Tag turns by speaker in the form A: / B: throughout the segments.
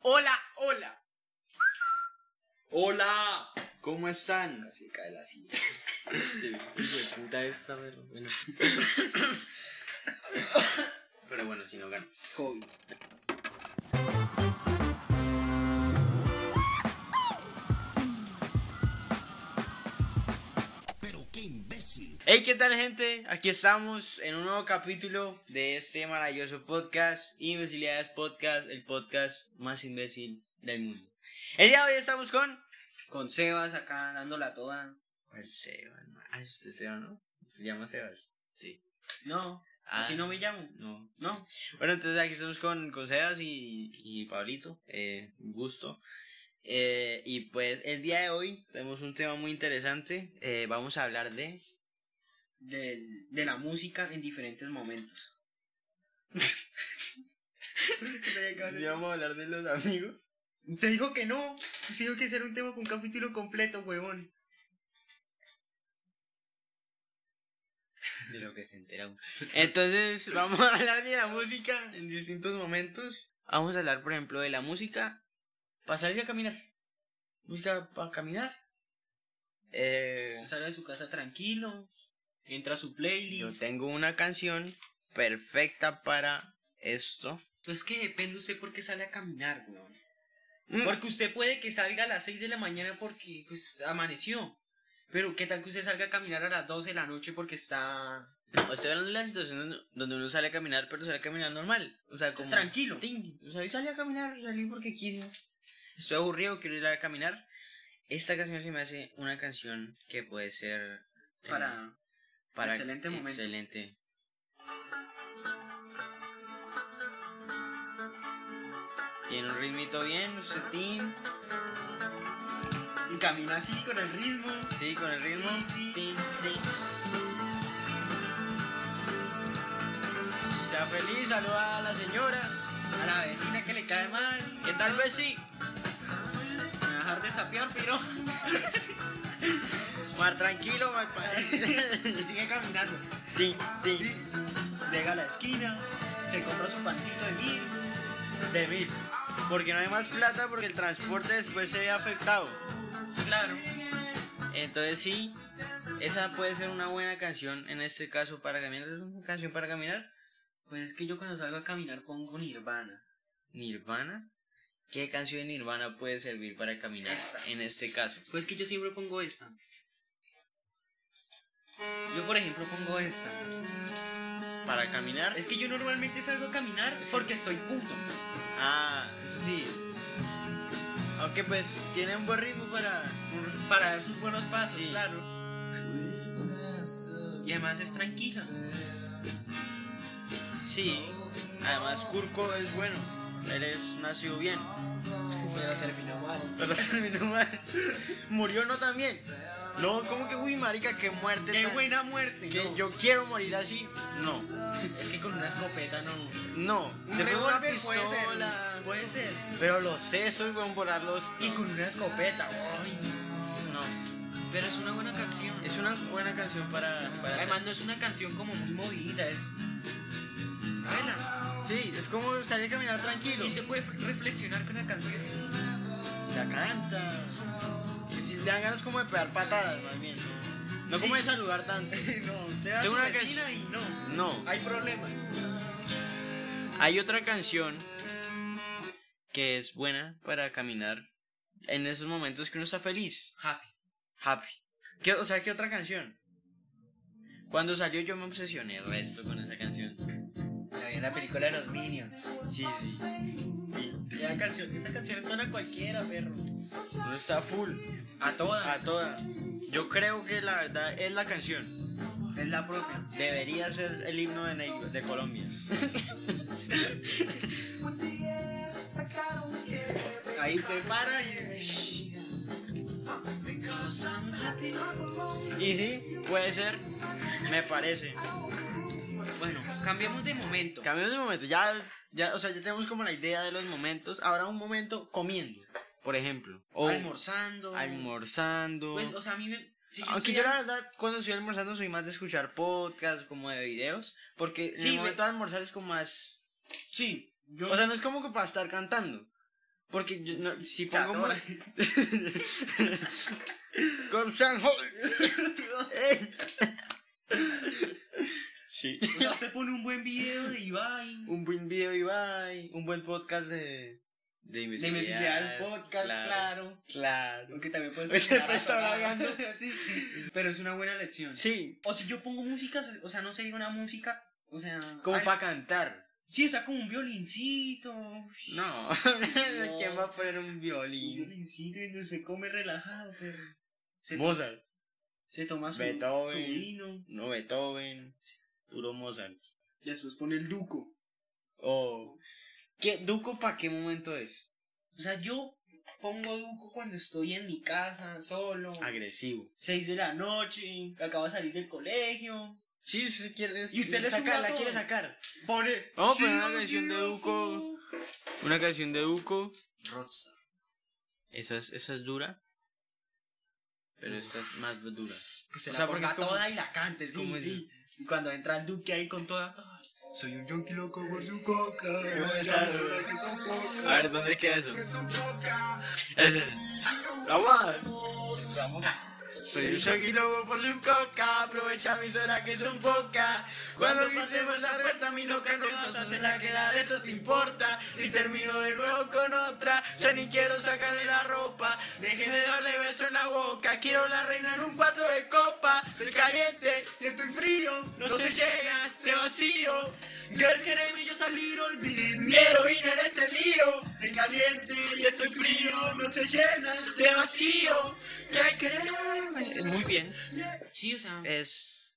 A: Hola, hola.
B: ¡Hola!
C: ¿Cómo están?
B: Casi cae la silla.
C: Este, puta esta, pero bueno. Pero bueno, si no gano.
B: COVID.
A: Hey, ¿qué tal, gente? Aquí estamos en un nuevo capítulo de este maravilloso podcast, Imbecilidades Podcast, el podcast más imbécil del mundo. El día de hoy estamos con.
B: Con Sebas acá dándola toda.
A: El Sebas, ¿no? Ah, usted es Sebas, ¿no? Se llama Sebas. Sí.
B: No,
A: Ah,
B: así no me llamo.
A: No.
B: No.
A: Bueno, entonces aquí estamos con, con Sebas y, y Pablito. Eh, un gusto. Eh, y pues el día de hoy tenemos un tema muy interesante. Eh, vamos a hablar de.
B: Del- de la música en diferentes momentos.
A: vamos a hablar de los amigos.
B: Usted dijo que no. Usted dijo que hacer un tema con un capítulo completo, huevón.
A: de lo que se entera uno. Entonces, vamos a hablar de la música en distintos momentos. Vamos a hablar, por ejemplo, de la música para salir a caminar. Música para caminar. Eh,
B: Usted sale de su casa tranquilo. Entra a su
A: yo
B: playlist.
A: tengo una canción perfecta para esto.
B: Entonces que depende usted por qué sale a caminar, weón.
A: Mm,
B: Porque usted puede que salga a las 6 de la mañana porque pues, amaneció. Pero qué tal que usted salga a caminar a las 12 de la noche porque está
A: no, estoy hablando de la situación donde, donde uno sale a caminar, pero sale a caminar normal. O sea, como...
B: tranquilo.
A: Ting, O sea, yo salí a caminar, salí porque quise. Estoy aburrido, quiero ir a caminar. Esta canción se me hace una canción que puede ser eh,
B: Para...
A: para
B: excelente momento.
A: Excelente. Tiene un ritmito bien, un setín,
B: Y camina así con el ritmo.
A: sí, con el ritmo. Tin, tin. Sea feliz, saluda a la señora.
B: A la vecina que le cae mal.
A: ¿Qué tal vez sí?
B: Me va a dejar de sapear, pero...
A: Más tranquilo, más padre.
B: y sigue caminando.
A: Tin, tin.
B: Llega a la esquina. Se compra su pancito de mil.
A: de mil. Porque no hay más plata porque el transporte después se ve afectado.
B: Claro.
A: Entonces sí, esa puede ser una buena canción en este caso para caminar. ¿Es una canción para caminar?
B: Pues es que yo cuando salgo a caminar pongo Nirvana.
A: Nirvana. ¿Qué canción de Nirvana puede servir para caminar
B: Esta.
A: en este caso?
B: Pues que yo siempre pongo esta. Yo por ejemplo pongo esta.
A: Para caminar.
B: Es que yo normalmente salgo a caminar porque estoy puto.
A: Ah, eso sí. Aunque pues tiene un buen ritmo para...
B: Para dar sus buenos pasos,
A: Sí.
B: claro. Y además es tranquila.
A: Sí. Además Kurko es bueno. Él es nació bien.
B: Pero terminó mal.
A: Pero terminó mal. Murió no también. No, como que, uy, marica, qué muerte.
B: Qué
A: tan-
B: buena muerte.
A: Que
B: no.
A: yo quiero morir así. No,
B: Es que con una escopeta no.
A: no.
B: Un
A: De pronto una
B: revólver puede ser.
A: pistola,
B: Puede ser.
A: Pero los sesos, weón, por darlos.
B: Y con una escopeta. ay.
A: No,
B: Pero es una buena canción.
A: es una buena canción para. para
B: Además no es una canción como muy movidita, es... Buena.
A: Sí, es como salir a caminar tranquilo.
B: Y se puede reflexionar con la canción.
A: La canta. Y si le dan ganas como de pegar patadas, más bien. No
B: Sí.
A: como de saludar tanto.
B: no, se va a
A: Tengo
B: su
A: una
B: vecina y no.
A: No.
B: Hay problemas.
A: Hay otra canción que es buena para caminar en esos momentos que uno está feliz.
B: Happy.
A: Happy. ¿Qué- o sea, ¿qué otra canción? Cuando salió yo me obsesioné el resto con esa canción.
B: La vi en la película de los Minions.
A: Sí, sí.
B: Esa canción, esa canción suena a cualquiera, perro.
A: Uno está full,
B: A todas.
A: a toda. Yo creo que la verdad es la canción.
B: Es la propia.
A: Debería ser el himno de, Ney- de Colombia.
B: Ahí te para y...
A: Y sí, puede ser, me parece.
B: Bueno, cambiemos de momento.
A: Cambiamos de momento, ya, ya, o sea, ya tenemos como la idea de los momentos. Ahora un momento comiendo, por ejemplo.
B: Oh,
A: O
B: Almorzando.
A: almorzando.
B: Pues, o sea, a mí me... si yo
A: Aunque
B: estoy
A: yo
B: al-
A: la verdad, cuando estoy almorzando soy más de escuchar podcasts, como de videos, porque en
B: Sí,
A: el
B: me-
A: momento de almorzar es como más...
B: Sí. Yo...
A: O sea, no es como que para estar cantando. Porque yo no- si
B: O sea,
A: pongo.
B: todo-
A: mu- Con San Jo- Sí.
B: O sea, usted pone un buen video de Ibai.
A: Un buen video y bye. Un buen podcast de. De
B: De
A: invisibilidad.
B: invisibilidad podcast, claro.
A: Claro.
B: Aunque también puede
A: Oye,
B: ser.
A: me estaba
B: Pero es una buena lección.
A: Sí,
B: O si yo pongo música, o sea, no sé, una música. O sea.
A: como
B: al-
A: para cantar.
B: Sí, o sea, como un violincito. Un
A: No.
B: No.
A: ¿Quién va a poner un violín?
B: violincito y no se come relajado, pero. Se,
A: Mozart.
B: se toma su,
A: Beethoven.
B: su vino.
A: No Beethoven. Puro Mozart.
B: Y después pone el duco.
A: O. ¿Qué, ¿Duco para qué momento es?
B: O sea, yo pongo duco cuando estoy en mi casa, solo.
A: Ah, Agresivo.
B: 6 de la noche, acabo de salir del colegio.
A: Sí, si quieres.
B: Y usted le
A: saca,
B: suma
A: la
B: todo.
A: quiere sacar.
B: Pone.
A: Vamos a poner una canción de pues, Duco. Una canción de Duco.
B: Rockstar.
A: Esa es, esa es dura. Pero esta es más dura.
B: Que se
A: O
B: la
A: sea, porque
B: ponga
A: es como-
B: toda y la cante,
A: es
B: sí,
A: como el-
B: sí. Y cuando entra el Duque ahí con toda. "Ay, Soy un yonki loco con su coca.
A: esa-
B: Las horas que son pocas".
A: A ver, ¿dónde queda eso? Eh, Vamos. Soy un lobo por su coca, aprovecha mis horas que son pocas. Cuando pasemos la puerta, mi loca te vas a hacer la que la de esto te importa. Y termino de nuevo con otra, ya ni quiero sacarle la ropa. Dejen de darle beso en la boca, quiero la reina en un cuatro de copa. Estoy caliente, y estoy frío, no, se llega, te vacío. Girl, quereme yo salir, olvidé mi heroína en este lío. Estoy caliente y estoy frío, no se llena, te vacío. Girl, quereme. Muy bien.
B: Sí, o sea,
A: Es.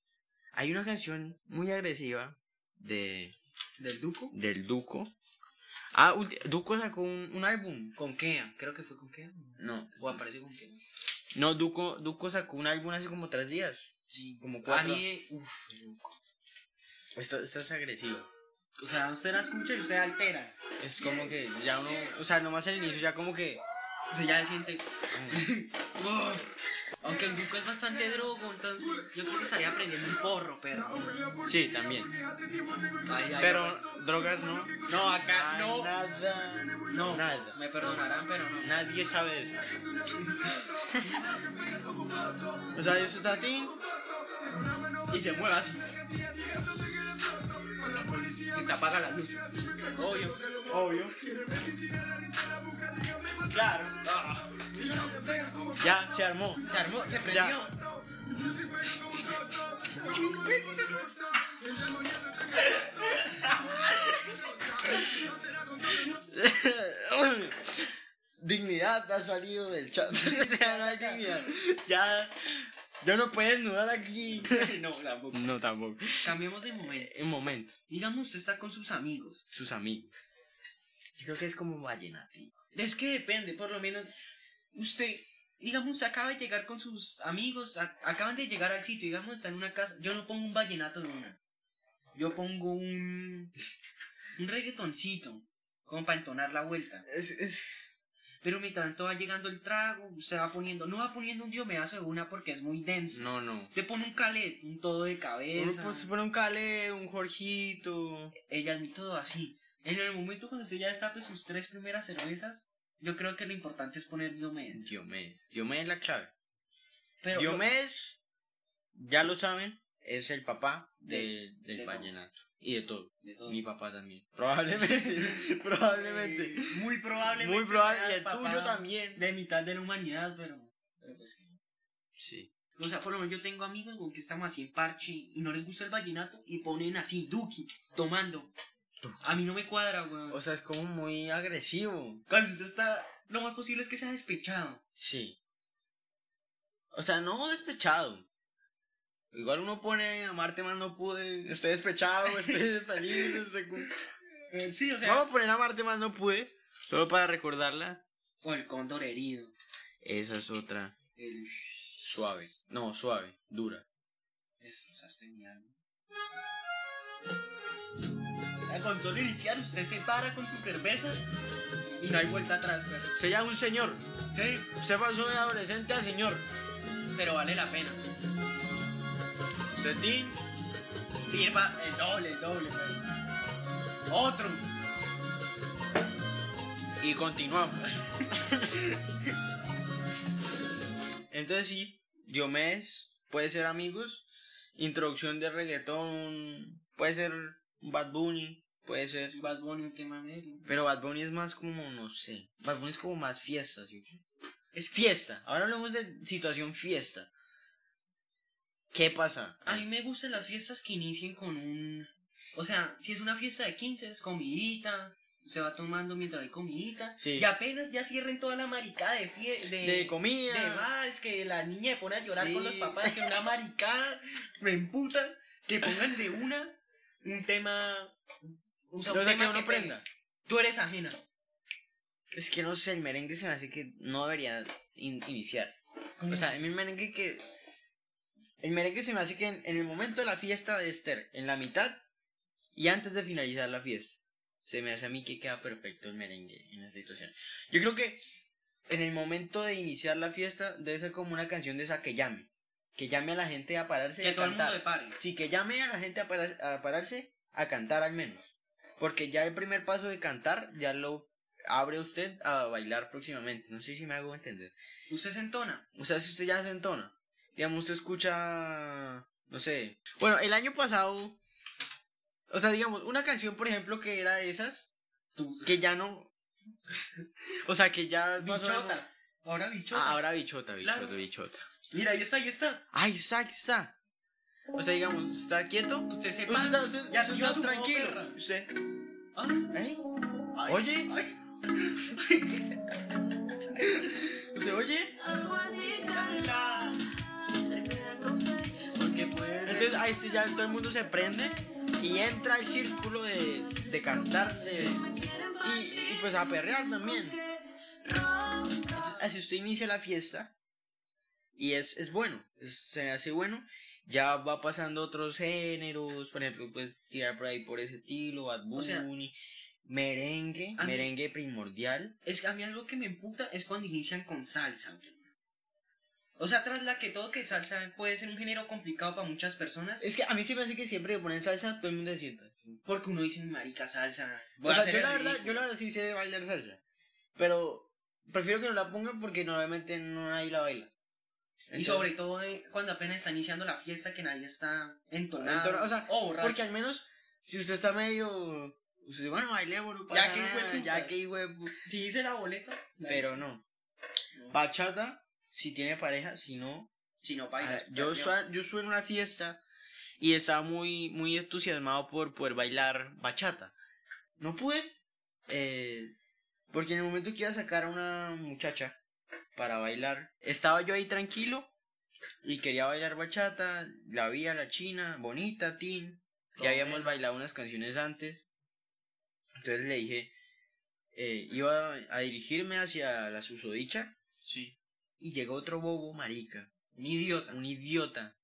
A: Hay una canción muy agresiva de
B: del Duco.
A: del Duco. Ah, ulti- Duco sacó un, un álbum.
B: Con Kea, creo que fue con Kea.
A: No,
B: O apareció con Kea.
A: no, Duco, Duco sacó un álbum hace como tres días.
B: Sí,
A: Como cuatro.
B: Ani, uff, Duco.
A: Esta, esta es agresiva.
B: O sea, usted la escucha y usted altera.
A: Es como que ya uno, o sea, nomás el inicio ya como que. mm,
B: O sea, ya se siente. Aunque el Duco es bastante drogo, entonces yo creo que estaría aprendiendo un porro, pero.
A: Sí, también.
B: Ay, ay,
A: Pero drogas no.
B: No, acá
A: Ay,
B: no.
A: Nada. No. Nada.
B: Me perdonarán, pero no.
A: Nadie sabe eso. o sea, eso está así.
B: Y se mueve así. Y te apaga las luces. Obvio.
A: Obvio. Claro. Ya se armó.
B: Se armó, se
A: Ya.
B: prendió.
A: dignidad ha salido del chat. ya no hay dignidad. Ya. Ya no puedes desnudar aquí.
B: No, tampoco.
A: No, tampoco.
B: Cambiemos de momento.
A: Un momento.
B: Digamos, usted está con sus amigos.
A: Sus amigos. Yo creo que es como vallenati.
B: Es que depende, por lo menos usted, digamos, acaba de llegar con sus amigos, a- acaban de llegar al sitio, digamos, está en una casa. Yo no pongo un vallenato en una. Yo pongo un, un reggaetoncito, como para entonar la vuelta.
A: Es, es...
B: Pero mientras tanto va llegando el trago, se va poniendo, no va poniendo un diomedazo de una porque es muy denso.
A: No, no.
B: Se pone un calet, un todo de
A: Uno
B: cabeza,
A: pues, pone un Cale, un Jorgito.
B: ella es todo así. En el momento cuando usted ya destape sus tres primeras cervezas, yo creo que lo importante es poner diomedes.
A: Diomedes. Diomedes es la clave.
B: Pero lo-
A: Diomedes, ya lo saben, es el papá de- del
B: de todo.
A: vallenato. Y de todo.
B: de todo.
A: Mi papá también. Probablemente. probablemente.
B: Eh, Muy probablemente.
A: Muy probable.
B: sea
A: Y el
B: papá
A: tuyo también.
B: De mitad de la humanidad, pero. pero pues sí.
A: Sí.
B: O sea, por lo menos yo tengo amigos con que estamos así en parche y no les gusta el vallenato y ponen así Duki tomando. A mí no me cuadra, weón.
A: O sea, es como muy agresivo.
B: Cuando usted está. Lo más posible es que sea despechado.
A: Sí. O sea, no despechado. Igual uno pone amarte más no pude. Esté despechado, esté feliz. esté cu-
B: Eh, sí, o sea.
A: Vamos a poner amarte más no pude. Solo para recordarla.
B: O el cóndor herido.
A: Esa es otra.
B: El.
A: Suave. No, suave. Dura.
B: Es, o sea, este es genial. O sea, Con solo iniciar, usted se para con su cerveza y no hay vuelta atrás, weón.
A: Usted ya es un señor.
B: Sí.
A: Usted pasó de adolescente a señor.
B: pero vale la pena.
A: Usted tin,
B: Sirva el doble, el doble. pero- Otro. Y
A: y continuamos. Entonces sí, Diomedes puede ser amigos, introducción de reggaetón, puede ser Bad Bunny, puede ser...
B: Bad Bunny, qué mamera.
A: Pero Bad Bunny es más como, no sé, Bad Bunny es como más fiesta, ¿sí? Es fiesta, ahora hablamos de situación fiesta. ¿Qué pasa?
B: A mí me gustan las fiestas que inicien con un... O sea, si es una fiesta de 15, es comidita, se va tomando mientras hay comidita.
A: Sí.
B: Y apenas ya cierren toda la maricada de fie- de,
A: de comida.
B: de vals, que la niña se pone a llorar con los
A: Sí.
B: papás, que una maricada, me emputan, que pongan de una un tema... O sea,
A: Yo
B: un
A: sé
B: tema
A: que uno
B: pegue.
A: prenda.
B: Tú eres ajena.
A: Es que no sé, el merengue se me hace que no debería in- iniciar. O sea, a mí el merengue que. El merengue se me hace que en, en el momento de la fiesta de Esther, en la mitad y antes de finalizar la fiesta, se me hace a mí que queda perfecto el merengue en esa situación. Yo creo que en el momento de iniciar la fiesta debe ser como una canción de esa que llame. Que llame a la gente a pararse y
B: que
A: a
B: todo el mundo
A: cantar.
B: de pare.
A: Sí, que llame a la gente a, parar- a pararse a cantar al menos. Porque ya el primer paso de cantar ya lo abre usted a bailar próximamente. No sé si me hago entender.
B: Usted se entona.
A: O sea, si usted ya se entona. Digamos, usted escucha... No sé. Bueno, el año pasado... O sea, digamos, una canción, por ejemplo, que era de esas,
B: Tú.
A: que ya no... o sea, que ya... más o menos-
B: Bichota. Ahora bichota.
A: Ah, ahora bichota, bichota,
B: Claro.
A: bichota.
B: Mira, ahí está, ahí está.
A: Ay, está, está. O sea, digamos, está quieto.
B: Usted se
A: Usted Pues, está,
B: para.
A: usted-
B: Ya
A: usted
B: dio
A: está
B: su modo
A: tranquilo.
B: perra.
A: Usted.
B: Ah,
A: ¿Eh?
B: ay,
A: Oye.
B: ay.
A: ¿Se oye?
D: Algo así
B: Ah, Porque puede ser-
A: Entonces ahí sí ya todo el mundo se prende y entra al círculo de, de cantar de, y, y, pues a perrear también. Así usted inicia la fiesta y es, es bueno, es- se me hace bueno. Ya va pasando otros géneros, por ejemplo, pues tirar por ahí por ese estilo, Bad Bunny,
B: O sea,
A: merengue,
B: a mí-
A: merengue primordial.
B: Es que a mí algo que me emputa es cuando inician con salsa. güey. O sea, tras la que todo que salsa puede ser un género complicado para muchas personas,
A: Es que a mí se me hace que siempre que ponen salsa todo el mundo se sienta.
B: porque uno dice, marica, salsa.
A: O
B: voy a
A: sea,
B: hacer
A: yo
B: el
A: la verdad,
B: ridículo".
A: yo la verdad sí sé bailar salsa. Pero prefiero que no la pongan porque normalmente no nadie la baila.
B: Y
A: Entonces,
B: sobre todo eh, cuando apenas está iniciando la fiesta que nadie está entonado
A: Entonado, o sea,
B: o borracho.
A: Porque al menos, si usted está medio. Usted, bueno, bailemos, no pasa
B: Ya que
A: nada,
B: hijueputas.
A: Ya que hijuepu-
B: Si dice la boleta, la
A: Pero
B: hice.
A: no.
B: No.
A: Bachata, si tiene pareja, si no.
B: Si no
A: ah,
B: bailas.
A: Yo,
B: perdió.
A: sua- yo estuve en una fiesta y estaba muy, muy entusiasmado por poder bailar bachata. No pude. eh, porque en el momento que iba a sacar a una muchacha para bailar, estaba yo ahí tranquilo y quería bailar bachata. La vi a la china, bonita, tin. Ya
B: Todo
A: habíamos
B: bien.
A: bailado unas canciones antes. Entonces le dije, eh, iba a dirigirme hacia la susodicha
B: Sí.
A: y llegó otro bobo marica
B: Un idiota.
A: un idiota.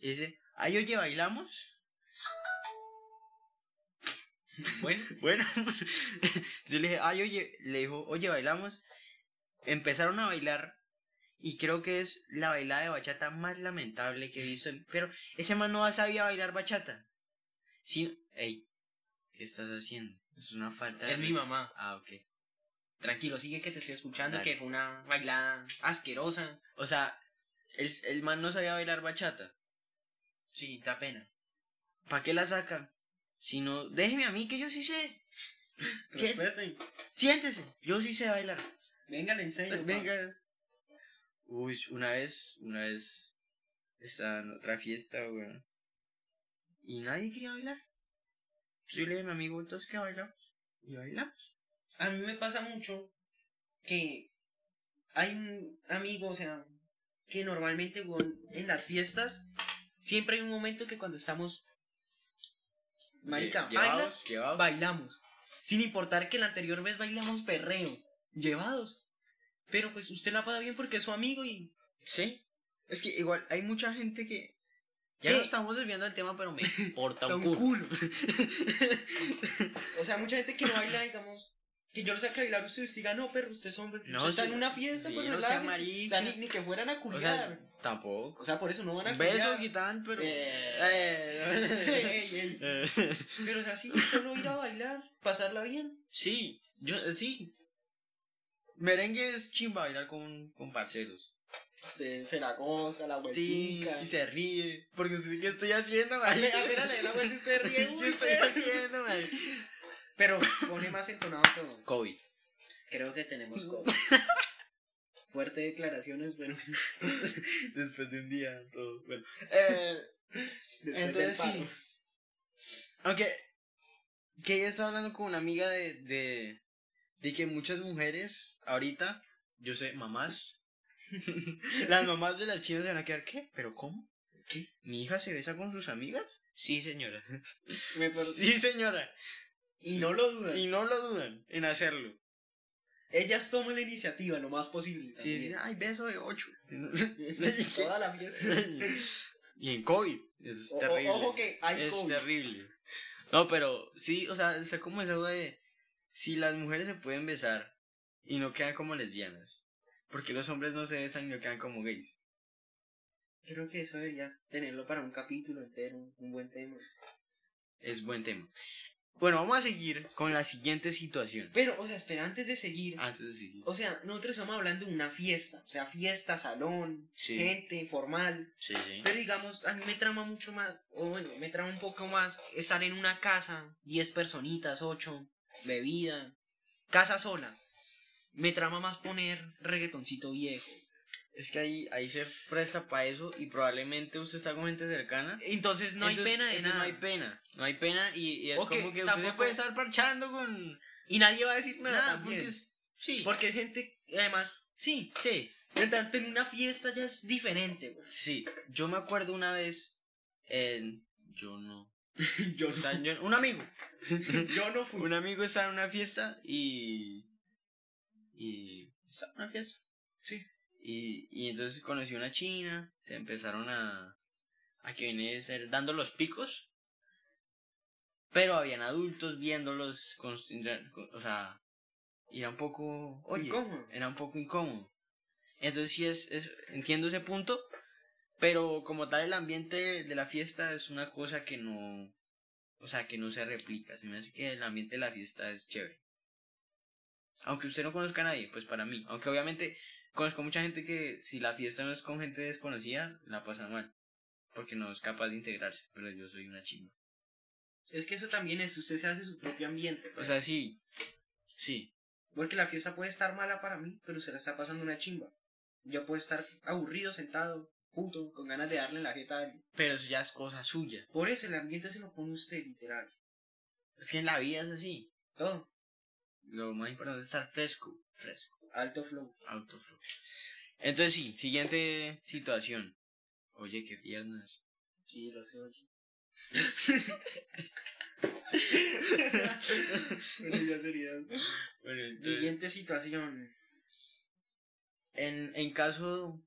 A: Y dice, ay, oye, ¿bailamos?
B: Bueno,
A: Bueno, yo le dije, ay, oye, le dijo, oye, ¿bailamos? Empezaron a bailar y creo que es la bailada de bachata más lamentable que he visto. en- Pero ese man no sabía bailar bachata. Sí, ey, ¿qué estás haciendo? Es una falta de...
B: es mi
A: respeto.
B: mamá.
A: Ah, ok.
B: Tranquilo, sigue que te estoy escuchando,
A: Dale.
B: que fue una bailada asquerosa.
A: O sea, el, el man no sabía bailar bachata.
B: Sí, da pena.
A: ¿Para qué la sacan? Si no, déjeme a mí que yo sí sé. ¿Qué?
B: Respeten.
A: Siéntese, yo sí sé bailar.
B: Venga, le enseño. pa.
A: Eh, Venga. Uy, una vez, una vez estaba en otra fiesta, weón. Y nadie quería bailar. Pues Yo le dije a mi amigo, entonces que bailamos. Y bailamos.
B: A mí me pasa mucho que hay un amigo, o sea, que normalmente weón, en las fiestas siempre hay un momento que cuando estamos
A: Lle-
B: marica,
A: Eh, llevados,
B: baila,
A: llevados.
B: bailamos, sin importar que la anterior vez bailamos perreo, llevados. Pero pues usted la paga bien porque es su amigo y
A: Sí. Es que igual hay mucha gente que. Ya
B: ¿Qué?
A: no estamos desviando del tema, pero me importa
B: da
A: un
B: un
A: culo.
B: culo. O sea, mucha gente que no baila, digamos, que yo lo saque a bailar usted y usted diga, no, pero usted es hombre,
A: No,
B: usted está
A: sí,
B: en una fiesta,
A: sí,
B: pues,
A: no sea
B: relájese". O
A: marica.
B: sea, ni, ni que fueran a
A: o
B: culiar.
A: sea, tampoco.
B: O sea, por eso no van a
A: Besos
B: culiar. Eh,
A: quitan, pero. Eh.
B: Ey, ey. Pero o sea, sí, solo ir a bailar, pasarla bien.
A: Sí, yo eh, sí. merengue es chimba bailar con, con parceros.
D: Usted se la goza, la
A: Sí,
D: vueltica.
A: y se ríe. Porque usted, ¿qué estoy haciendo, man?
D: Apenas le da la
B: pues,
D: vuelta y se ríe.
A: ¿Qué
D: uy,
A: estoy
D: pero-
A: haciendo, man?
B: Pero pone más entonado todo.
A: COVID.
B: Creo que tenemos COVID. Fuerte declaraciones, pero
A: Después de un día, todo. Bueno. Eh,
D: Después
A: Entonces
D: del
A: sí.
D: paro.
A: Aunque que ella estaba hablando con una amiga de, de, de que muchas mujeres ahorita, yo sé, mamás, las mamás de las chinas se van a quedar, ¿qué? ¿Pero cómo? ¿Qué? ¿Mi hija se besa con sus amigas? Sí, señora.
D: Me per-
A: Sí, señora.
B: Y no lo dudan.
A: Y no lo dudan en hacerlo.
D: Ellas toman la iniciativa lo más posible.
A: Sí, sí,
D: también.
A: ay, beso de ocho.
D: Toda la fiesta.
A: y en COVID. Es
D: O- o-
A: terrible.
D: ojo que hay
A: es
D: COVID.
A: terrible. No, pero sí, o sea, está como esa duda de si las mujeres se pueden besar y no quedan como lesbianas, porque los hombres no se besan y no quedan como gays.
B: Creo que eso debería tenerlo para un capítulo entero, un buen tema.
A: Es buen tema. Bueno, vamos a seguir con la siguiente situación.
B: Pero, o sea, espera, antes de seguir.
A: Antes de seguir.
B: O sea, nosotros estamos hablando de una fiesta. O sea, fiesta, salón,
A: Sí,
B: gente, formal.
A: sí, sí.
B: Pero digamos, a mí me trama mucho más, o bueno, me trama un poco más estar en una casa, 10 personitas, 8, bebida, casa sola. Me trama más poner reggaetoncito viejo.
A: Es que ahí, ahí se presta para eso y probablemente usted está con gente cercana.
B: Entonces no
A: Entonces-
B: hay pena de
A: entonces
B: nada.
A: No hay pena, no hay pena y, y es
B: Ok,
A: como que usted
B: tampoco-
A: puede estar parchando con
B: Y nadie va a decir nada,
A: nada,
B: también.
A: porque es- sí,
B: Porque hay gente, además, sí.
A: sí.
B: En tanto, en una fiesta ya es diferente, güey.
A: Sí, yo me acuerdo una vez en... Yo no. yo o sea, yo- un amigo.
D: Yo no fui.
A: Un amigo estaba en una fiesta y... Y... Estaba en una fiesta.
B: Sí.
A: Y, y entonces conocí una china, se empezaron a... A que viene a ser dando los picos. Pero habían adultos viéndolos, con- o sea... Y era un poco... Oye,
B: Incómodo.
A: era un poco incómodo. Entonces sí es, es- entiendo ese punto, pero como tal el ambiente de la fiesta es una cosa que no, o sea, que no se replica. Se me hace que el ambiente de la fiesta es chévere. Aunque usted no conozca a nadie, pues para mí. Aunque obviamente conozco mucha gente que si la fiesta no es con gente desconocida, la pasa mal. Porque no es capaz de integrarse, pero yo soy una chimba.
B: Es que eso también es, usted se hace su propio ambiente.
A: O sea, sí, sí,
B: Porque la fiesta puede estar mala para mí, pero se la está pasando una chimba. Yo puedo estar aburrido, sentado, puto, con ganas de darle en la jeta a alguien.
A: pero eso ya es cosa suya.
B: Por eso el ambiente se lo pone usted, literal.
A: Es que en la vida es así.
B: Todo.
A: Lo más importante es estar fresco, fresco,
B: Alto flow.
A: autoflow. Entonces sí, siguiente situación. Oye, qué piernas.
B: Sí, lo sé, oye.
D: Bueno, ya sería.
A: Bueno, entonces,
B: Siguiente situación.
A: en, en caso,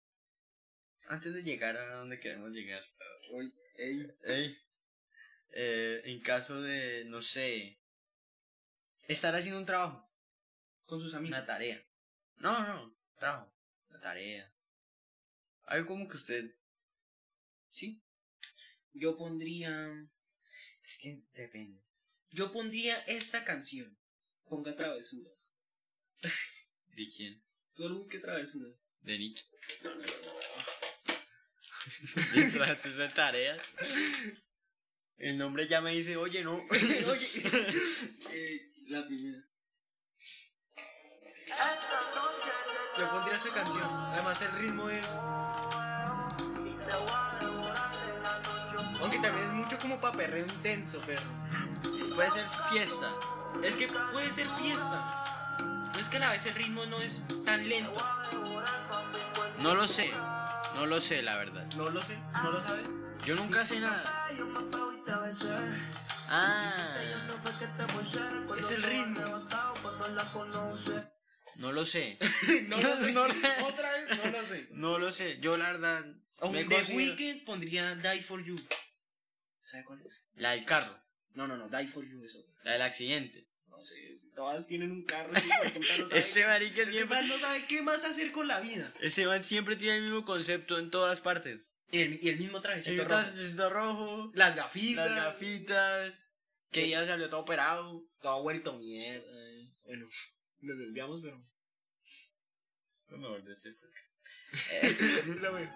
A: antes de llegar a donde queremos llegar,
B: Oye, ey,
A: ey, eh, en caso de, no sé, estar haciendo un trabajo,
B: con sus amigos.
A: una tarea. No, no, trabajo, una tarea. Algo como que usted, sí,
B: Yo pondría.
A: es que depende.
B: Yo pondría esta canción. Ponga travesuras.
A: ¿De quién?
B: Tú lo busques travesuras.
A: De Nick. Mientras esa tarea. El nombre ya me dice, oye, no.
B: Eh, la primera. Yo pondría esa canción. Además el ritmo es. Aunque también es mucho como pa' perreo intenso, pero.
A: Puede ser fiesta.
B: Es que puede ser fiesta. No es que a la vez el ritmo no es tan lento.
A: No lo sé. No lo sé, la verdad.
B: No lo sé, no lo sabes.
A: Yo nunca sé nada. Ah,
B: Es el ritmo.
A: no lo sé.
B: no lo sé.
A: No lo sé.
B: Otra vez, no lo sé.
A: No lo sé. Yo, la verdad,
B: Aunque
A: Me
B: The
A: considero-
B: Weeknd pondría Die for You. ¿Sabe cuál es?
A: la del carro,
B: No, no, no, Die for You eso.
A: la del accidente.
D: No sé, si todas tienen un carro. hijo de puta, no saben
A: Ese marica
B: Ese
A: siempre.
B: man no sabe qué más hacer con la vida.
A: Ese man siempre tiene el mismo concepto en todas partes.
B: Y el, y el mismo trajecito
A: Siempre está
B: rojo.
A: vestido rojo.
B: Las gafitas.
A: Las gafitas. Que ya salió todo operado.
B: Todo vuelto mierda. eh.
D: Bueno, nos desviamos, pero.
A: Lo mejor de este podcast. Eh, lo mejor.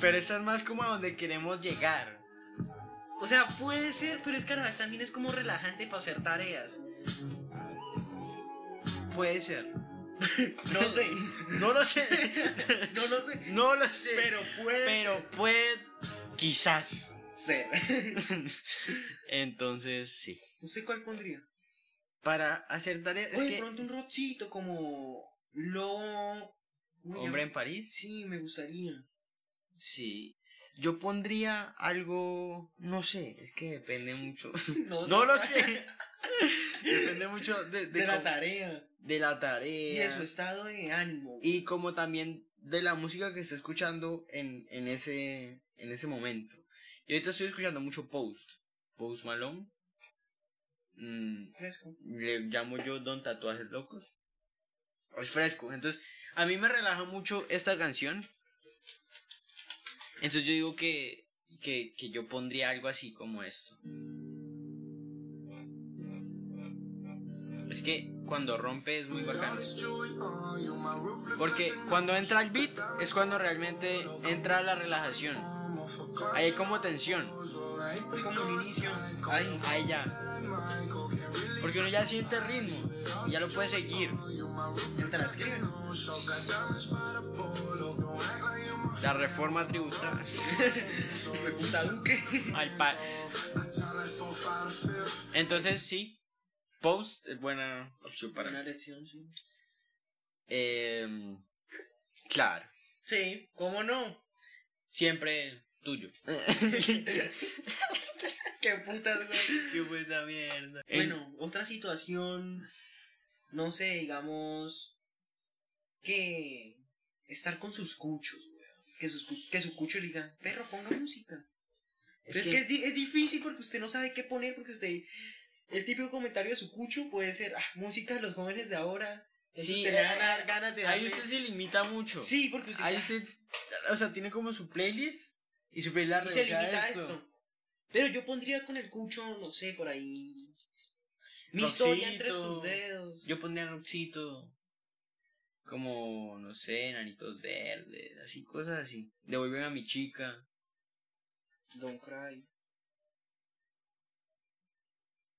A: Pero esta es más como a donde queremos llegar.
B: O sea, puede ser, pero es que a la vez también es como relajante para hacer tareas.
A: Puede ser.
B: No sé,
A: No lo sé.
B: no lo sé.
A: No lo sé.
B: Pero puede
A: pero puede. Quizás.
B: ser.
A: Entonces, sí.
B: No sé cuál pondría.
A: Para hacer tareas.
B: O
A: Es
B: de
A: que,
B: pronto un rockcito como lo... Uy,
A: hombre
B: ya-
A: en París.
B: Sí, me gustaría.
A: Sí. Yo pondría algo, no sé, es que depende mucho.
B: No,
A: No lo sé. depende mucho de, de
B: De la
A: cómo-
B: tarea.
A: de la tarea.
B: Y de su estado de ánimo.
A: Y como también de la música que está escuchando en, en, ese, en ese momento. Y ahorita estoy escuchando mucho Post. Post Malone. Mm,
B: Fresco.
A: le llamo yo Don Tatuajes Locos. Es fresco. Entonces, a mí me relaja mucho esta canción. Entonces yo digo que, que, que yo pondría algo así como esto. Es que cuando rompe es muy bacano. Porque cuando entra el beat es cuando realmente entra la relajación. Ahí hay como tensión.
B: Es como un inicio. Ay,
A: Ahí ya. Porque uno ya siente el ritmo. Y ya lo puede seguir.
B: no te la escriben.
A: La reforma tributaria.
B: Me gusta Duque.
A: Al pa- Entonces sí. Post es buena opción para
B: Una
A: mí.
B: elección, sí.
A: Em, claro.
B: Sí, ¿cómo no?
A: Siempre tuyo.
B: Qué putas, güey.
A: ¿Qué fue pues esa mierda?
B: Bueno, otra situación, no sé, digamos, que estar con sus cuchos, weón. que, sus cu- que su cucho le diga, perro, ponga música. Pero es que, es, di- es difícil porque usted no sabe qué poner, porque usted, el típico comentario de su cucho puede ser, ah, música de los jóvenes de ahora. Entonces
A: Sí,
B: usted le
A: eh,
B: van a dar ganas de
A: ahí
B: darle...
A: usted se limita mucho.
B: Sí, porque usted
A: Ahí
B: dice,
A: usted, o sea, tiene como su playlist y su playlist la
B: "Ah, y se
A: reduce a
B: limita a
A: esto.
B: esto. Pero yo pondría con el cucho, no sé, por ahí... Mi
A: Roxito.
B: historia entre sus dedos.
A: Yo pondría Roxito como, no sé, nanitos verdes, así, cosas así. Devuelven a mi chica.
B: Don't cry.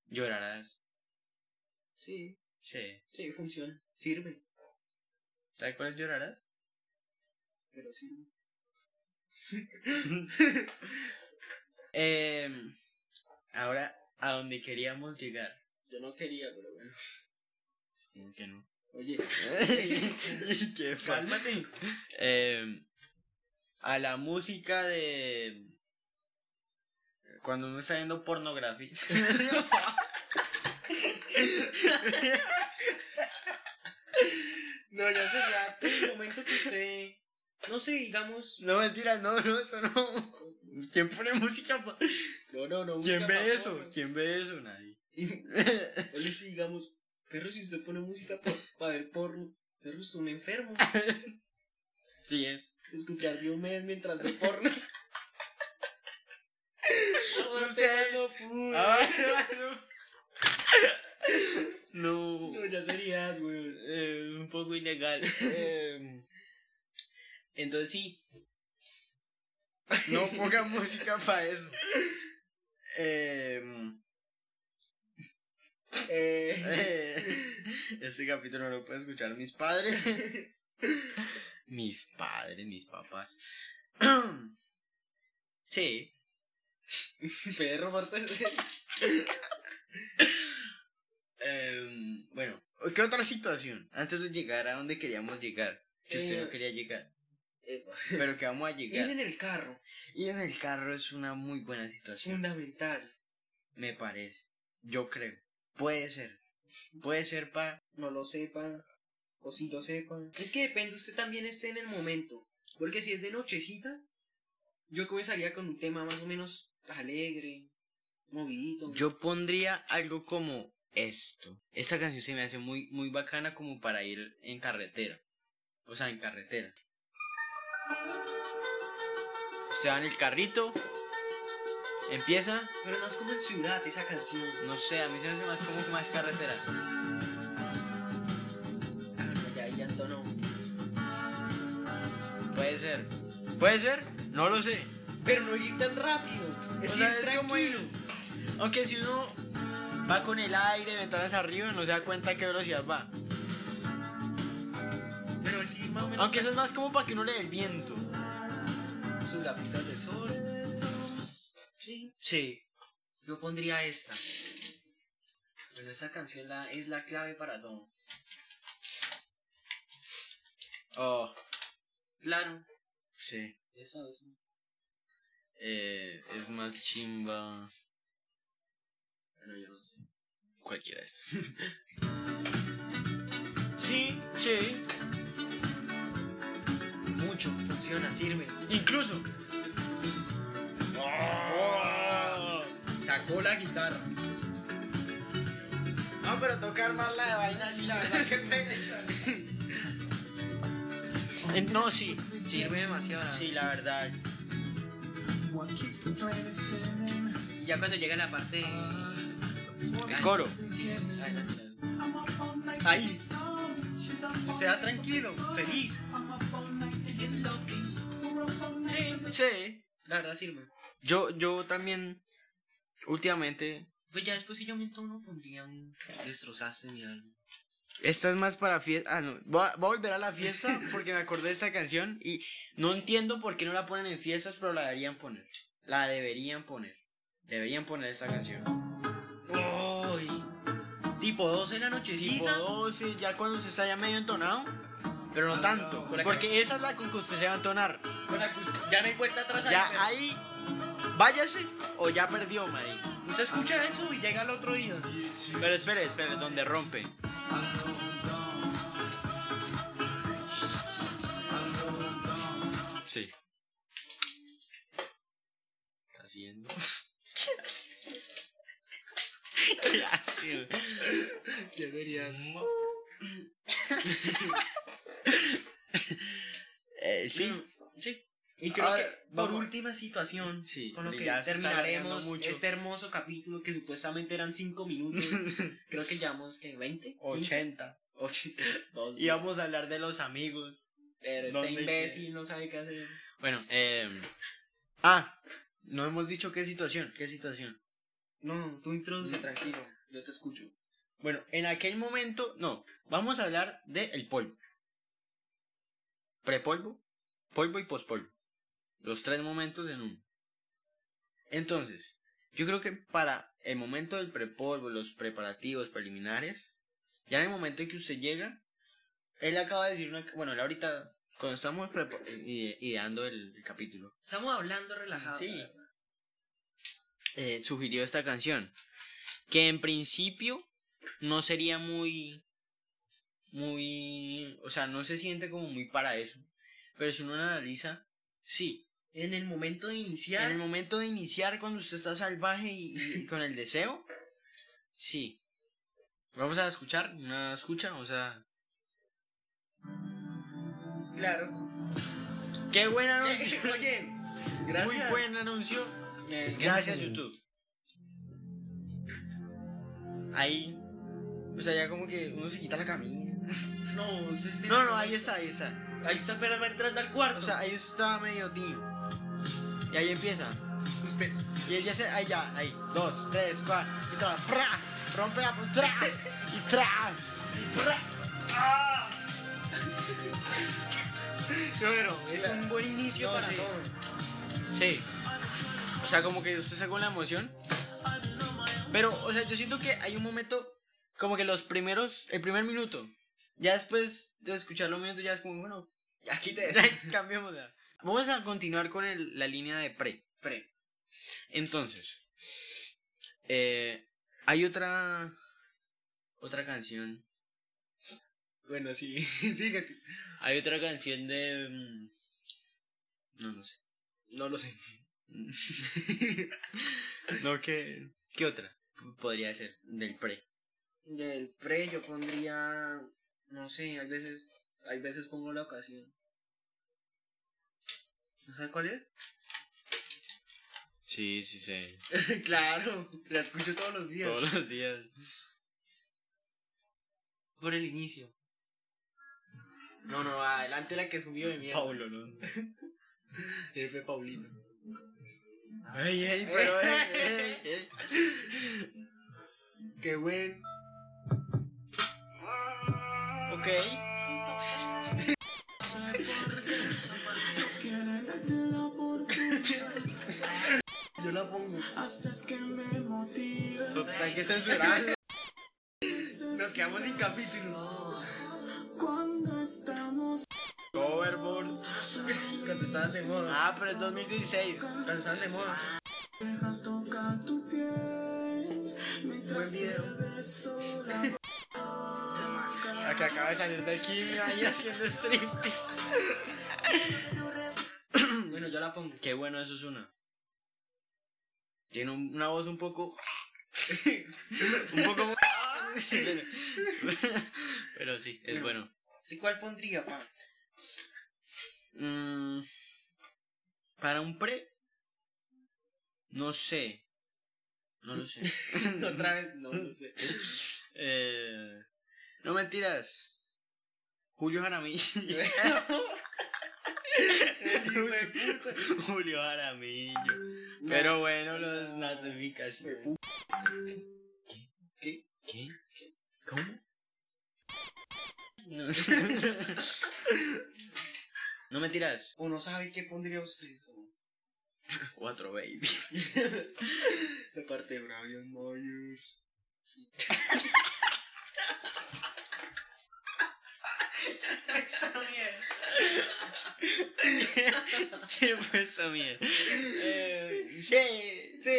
A: Llorarás.
B: Sí.
A: Sí.
B: Sí, funciona. Sirve.
A: ¿Sabes cuál es llorarás?
B: Pero sirve.
A: Em, ahora, a donde queríamos llegar.
B: Yo no quería, pero bueno.
A: ¿Cómo que no?
B: Oye,
A: Qué fa-
B: cálmate.
A: Em, a la música de. Cuando uno está viendo pornografía.
B: No, ya sería el momento que usted. No sé, digamos.
A: No, mentira, no, no, eso no. ¿Quién pone música? pa-
B: No, no, no.
A: ¿Quién
B: busca
A: ve
B: para
A: eso?
B: porno.
A: ¿Quién ve eso? Nadie.
B: O le dice, digamos, perro, si usted pone música para ver porno, perro, usted es un enfermo.
A: Sí es.
B: Escuchar Diomedes mientras ve porno. Ahora
A: Usted- Ah.
B: te mando puta.
A: no.
B: No, ya sería, güey.
A: Eh, un poco ilegal. Em, entonces sí. No ponga música para eso. Em,
B: Eh,
A: eh, este capítulo no lo pueden escuchar mis padres. Mis padres, mis papás. Sí.
B: perro, Marta.
A: Em, bueno, ¿qué otra situación? Antes de llegar a donde queríamos llegar. Que usted no
B: Eh,
A: quería llegar.
B: eh,
A: Pero que vamos a
B: Ir
A: llegar.
B: en el carro,
A: Ir en el carro es una muy buena situación.
B: fundamental.
A: Me parece. Yo creo. Puede ser. Puede ser pa.
B: no lo sepan o si lo sepan. Es que depende, usted también esté en el momento. Porque si es de nochecita, yo comenzaría con un tema más o menos alegre, movidito.
A: Yo pondría algo como esto. Esta canción se me hace muy, muy bacana como para ir en carretera. O sea, en carretera. Usted va en el carrito. Empieza.
B: Pero más como en ciudad esa canción.
A: No sé, a mí se me hace más como que más carretera. ser. ¿Puede ser? No lo sé.
D: Pero no ir tan rápido. Es
A: O
D: ir
A: sea, es como ir-
D: tranquilo.
A: Aunque si uno va con el aire, ventanas arriba, no se da cuenta a qué velocidad va.
B: Pero sí, más o menos.
A: Aunque eso es más como para que uno le dé el viento.
B: sus gafitas de sol. Sí.
A: Sí.
B: Yo pondría esta. Pero esa canción la, es la clave para todo.
A: Oh,
B: Claro.
A: sí.
B: Esa es.
A: Eh, es más chimba
B: Bueno, yo no sé.
A: cualquiera de estos. sí, sí.
B: Mucho. Funciona, sirve.
A: Incluso.
B: Sacó la guitarra.
C: No, pero tocar más la de vaina sí, la verdad que pereza.
A: Eh, no, sí.
B: Sirve demasiado.
A: Sí, la verdad.
B: Y ya cuando llega la parte.
A: Coro.
B: Ahí. Sea tranquilo, feliz. Sí,
A: Sí.
B: la verdad sirve.
A: Yo, yo también, últimamente,
B: Pues ya después si yo me entono pondría un. Destrozaste mi alma.
A: esta es más para fiesta. Ah, no. Voy a, voy a volver a la fiesta porque me acordé de esta canción y no entiendo por qué no la ponen en fiestas, pero la deberían poner. La deberían poner. Deberían poner esta canción.
B: Uy. Tipo 12 de la
A: Tipo
B: nochecita.
A: 12, ya cuando se está ya medio entonado, pero no
D: Ah,
A: tanto.
D: por acá.
A: Porque esa es la con que usted se va a entonar.
D: Con la que usted- ya no hay vuelta atrás ahí,
A: Ya
D: pero-
A: ahí, váyase o ya perdió, Mari.
D: Usted escucha eso y llega al otro día.
A: Pero espere, espere, donde rompe. Sí. ¿Qué haciendo? ¿Qué haciendo?
C: Yo diría, no.
A: Eh, sí,
B: Mm, Sí. Y creo
A: Ahora,
B: que por
A: vamos.
B: última situación,
A: sí.
B: con lo que
A: ya se está
B: terminaremos
A: alargando mucho.
B: este hermoso capítulo que supuestamente eran 5 minutos. creo que llevamos que 20, 15,
A: 80.
B: 80, dos
A: Y vamos a hablar de los amigos.
B: Pero
A: ¿Dónde
B: este imbécil no sabe qué hacer.
A: Bueno, eh... Ah, no hemos dicho qué situación, qué situación.
B: No, tú introduce tranquilo, yo te escucho.
A: Bueno, en aquel momento, no, vamos a hablar del el polvo. Prepolvo, polvo y pospolvo. Los tres momentos en uno. Entonces, yo creo que para el momento del prepolvo, los preparativos preliminares, ya en el momento en que usted llega, él acaba de decir una... Bueno, él ahorita, cuando estamos prepo- ide- ideando el- el capítulo,
B: Estamos hablando relajado.
A: Sí. eh, sugirió esta canción. Que en principio no sería muy. Muy. O sea, no se siente como muy para eso. Pero si uno la analiza, sí.
B: En el momento de
A: En el
B: iniciar,
A: momento de iniciar, cuando usted está salvaje y, y con el deseo, sí. Vamos a escuchar una escucha, o sea.
B: claro.
A: ¡Qué buen anuncio!
B: Oye,
A: Muy
B: gracias.
A: buen anuncio.
B: Eh,
A: Gracias, YouTube. Ahí. O sea, ya como que uno se quita la camisa.
B: No, se está-
A: No, no, ahí está, ahí está.
B: Ahí está, pero va entrando al cuarto.
A: O sea, ahí estaba medio tío. Y ahí empieza.
B: usted.
A: Y ella se. Ahí ya, ahí. Dos, tres, cuatro. Y tra, pra, rompe la tra, y tra, y tra. ¡Ah! Pero
B: Es un buen inicio
A: No,
B: para
A: sí.
B: todo.
A: Sí. O sea, como que usted sacó la emoción. Pero, o sea, yo siento que hay un momento, como que los primeros, el primer minuto. Ya después de escuchar los minutos, ya es como, bueno,
B: Aquí te
A: cambiamos de- Vamos a continuar con el- la línea de pre.
B: Pre.
A: Entonces, eh, hay otra otra canción.
B: Bueno, sí, síguete.
A: Hay otra canción de mm, no no sé.
B: No lo sé.
A: no que qué otra P- podría ser del pre.
B: Del pre yo pondría. No sé, hay veces. Hay veces pongo la ocasión. ¿No sabes cuál es?
A: Sí, sí, sí.
B: claro, la escucho todos los días.
A: Todos los días.
B: Por el inicio.
A: No, no, adelante la que subió de mierda.
D: Pablo, ¿no?
A: Sí, fue Paulino.
D: Ey, ey,
A: Pero, eh, eh, eh. Qué buen. Ok. Yo la pongo. Hay que censurarlo. Nos quedamos sin capítulo.
D: Overboard.
B: Cuando estabas de moda.
A: Ah, pero es 2016.
B: Cuando estabas de moda. Buen video.
A: La que acaba de salir de quimio ahí haciendo striptease.
B: Bueno, yo la pongo.
A: Qué bueno eso es una. Tiene un- una voz un poco. un poco. Pero sí, es bueno.
B: ¿Sí, ¿Cuál pondría, pa?
A: Mm, para un pre. No sé. No lo sé.
B: Otra vez, no, no sé.
A: Eh, no mentiras. Julio Jaramillo. Julio Jaramillo. Pero bueno, los notificaciones. ¿Qué? ¿Qué? ¿Cómo? No, no me tiras.
B: O no sabe qué pondría usted. o-
A: Cuatro, baby.
B: De parte de Brian Myers.
A: Sí, pues esa mierda. Eh, sí, sí.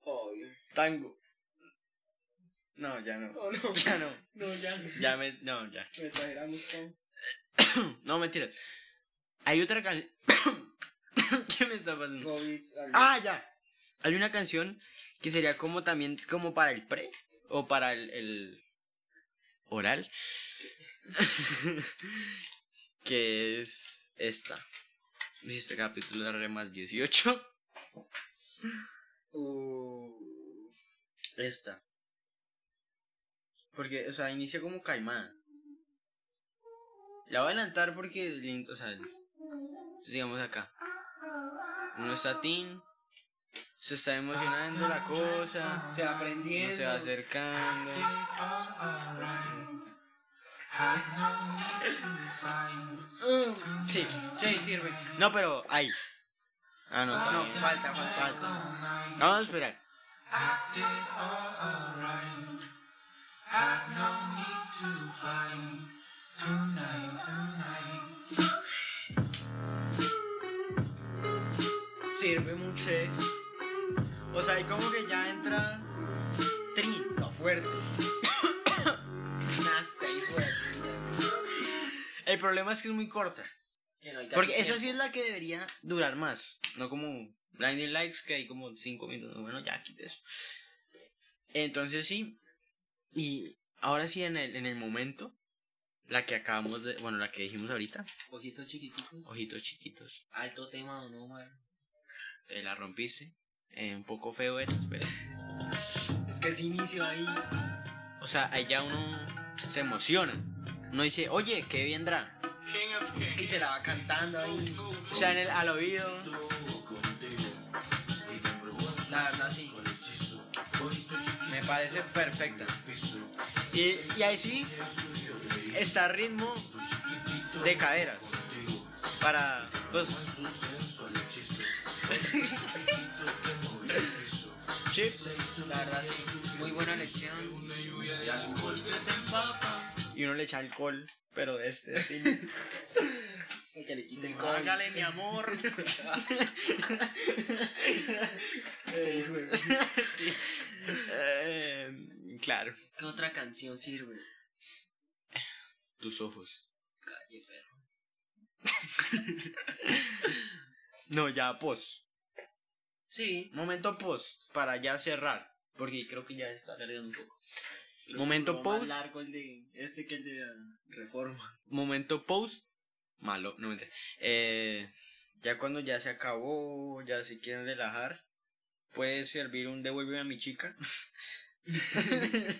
B: Obvio.
A: Tango. No, ya no.
B: No, no,
A: Ya no.
B: no, ya no.
A: Ya me. No, ya.
B: Me exageramos, pa.
A: No, mentira. Hay otra canción. ¿Qué me está pasando?
B: COVID. algo.
A: Ah, ya. Hay una canción que sería como también como para el pre o para el, el oral. que es esta. Este capítulo de R más 18.
B: Uh,
A: Esta. Porque, o sea, inicia como caimada. La voy a adelantar porque, es lindo, o sea, digamos acá. Uno está tin, se está emocionando la cosa,
B: Se va aprendiendo.
A: uno se va acercando. Sí,
B: Sí, sirve.
A: no, pero ahí. Ah, no,
B: No,
A: también.
B: falta, falta.
A: Falta. Vamos a esperar.
B: Sirve mucho.
A: Sí. O sea, ahí como que ya entra. Trin.
B: No, fuerte. Nasca y fuerte.
A: El problema es que es muy corta.
B: Que no hay casi
A: Porque
B: tiempo.
A: esa sí es la que debería durar más. No como Blinding Likes, que hay como 5 minutos. Bueno, ya quité eso. Entonces sí. Y ahora sí, en el, en el momento. La que acabamos de. Bueno, la que dijimos ahorita.
B: Ojitos chiquiticos.
A: Ojitos chiquitos.
B: Alto tema o no, man.
A: Te la rompiste. Eh, un poco feo eres, pero.
B: Es que ese inicio ahí.
A: O sea, ahí ya uno se emociona. Uno dice, oye, ¿qué vendrá?
B: Y se la va cantando ahí.
A: O sea, en el, al oído.
B: La verdad, sí.
A: Me parece perfecta. Y, y ahí sí está a ritmo de caderas. Para pues, los. Sí,
B: La verdad, sí. Muy buena lección.
A: Y uno le echa alcohol, pero de este. así.
B: Que le quite el código.
A: Hágale mi amor. Sí. Eh, claro.
B: ¿Qué otra canción sirve?
A: Tus ojos.
B: Calle, perro.
A: No, ya post.
B: Sí.
A: Momento post para ya cerrar. Porque creo que ya se está perdiendo un poco. Momento
B: Lo más
A: post.
B: largo el de este que el de la reforma.
A: Momento post. Malo, no mentira. Eh, ya cuando ya se acabó, ya se quieren relajar. puede servir un devuelve a mi chica.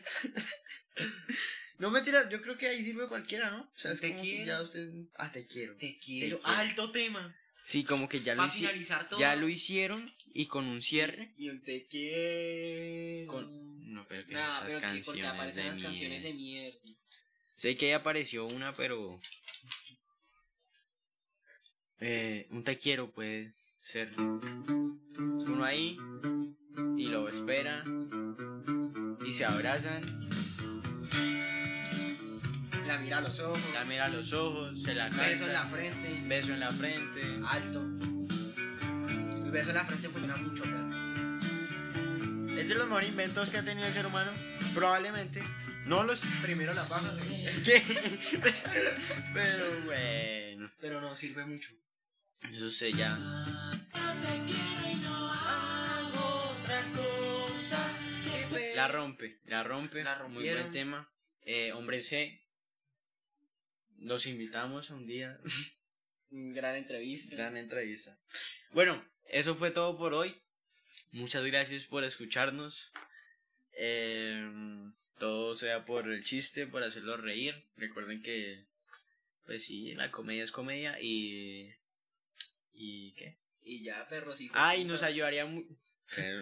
A: no me tiras, yo creo que ahí sirve cualquiera, ¿no? O sea, es
B: Te
A: como que
B: quiero.
A: ya usted... Ah, te quiero.
B: Te quiero. Ah,
A: quiero.
B: Alto tema.
A: Sí, como que ya lo,
B: Para
A: hici-
B: finalizar todo.
A: ya lo hicieron y con un cierre.
B: Y un te quiero.
A: Con- No, pero que
B: Nah,
A: esas
B: pero que porque
A: canciones
B: aparecen
A: de
B: las canciones
A: mierda.
B: de mierda.
A: Sé que ahí apareció una, pero. Eh, un te quiero puede ser. Uno ahí y lo espera y se abrazan,
B: La mira a los ojos.
A: la mira a los ojos, se la
B: beso en la
A: canta,
B: frente.
A: beso en la frente.
B: Alto. El beso en la frente funciona mucho, pero.
A: Es de los mejores inventos que ha tenido el ser humano, probablemente. No los.
B: Primero la paja, güey.
A: pero bueno,
B: Pero no sirve mucho.
A: eso se ya. La rompe, la rompe.
B: La
A: Muy buen
B: rompieron.
A: tema. Eh, hombre C. Los invitamos a un día.
B: Gran entrevista.
A: Gran entrevista. Bueno, eso fue todo por hoy. Muchas gracias por escucharnos. Eh, todo sea por el chiste, por hacerlo reír. Recuerden que, pues sí, la comedia es comedia y. ¿Y qué?
B: Y ya, perros y
A: Ay, nos ayudaría mucho.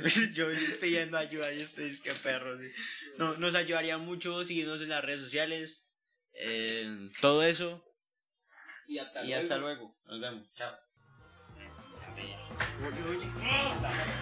A: Yo pidiendo ayuda y estoy que perro. sí. No, nos ayudaría mucho seguirnos en las redes sociales. eh, todo eso.
B: Y hasta
A: Y hasta luego. Nos vemos. Chao.
B: luego. Oye, oye.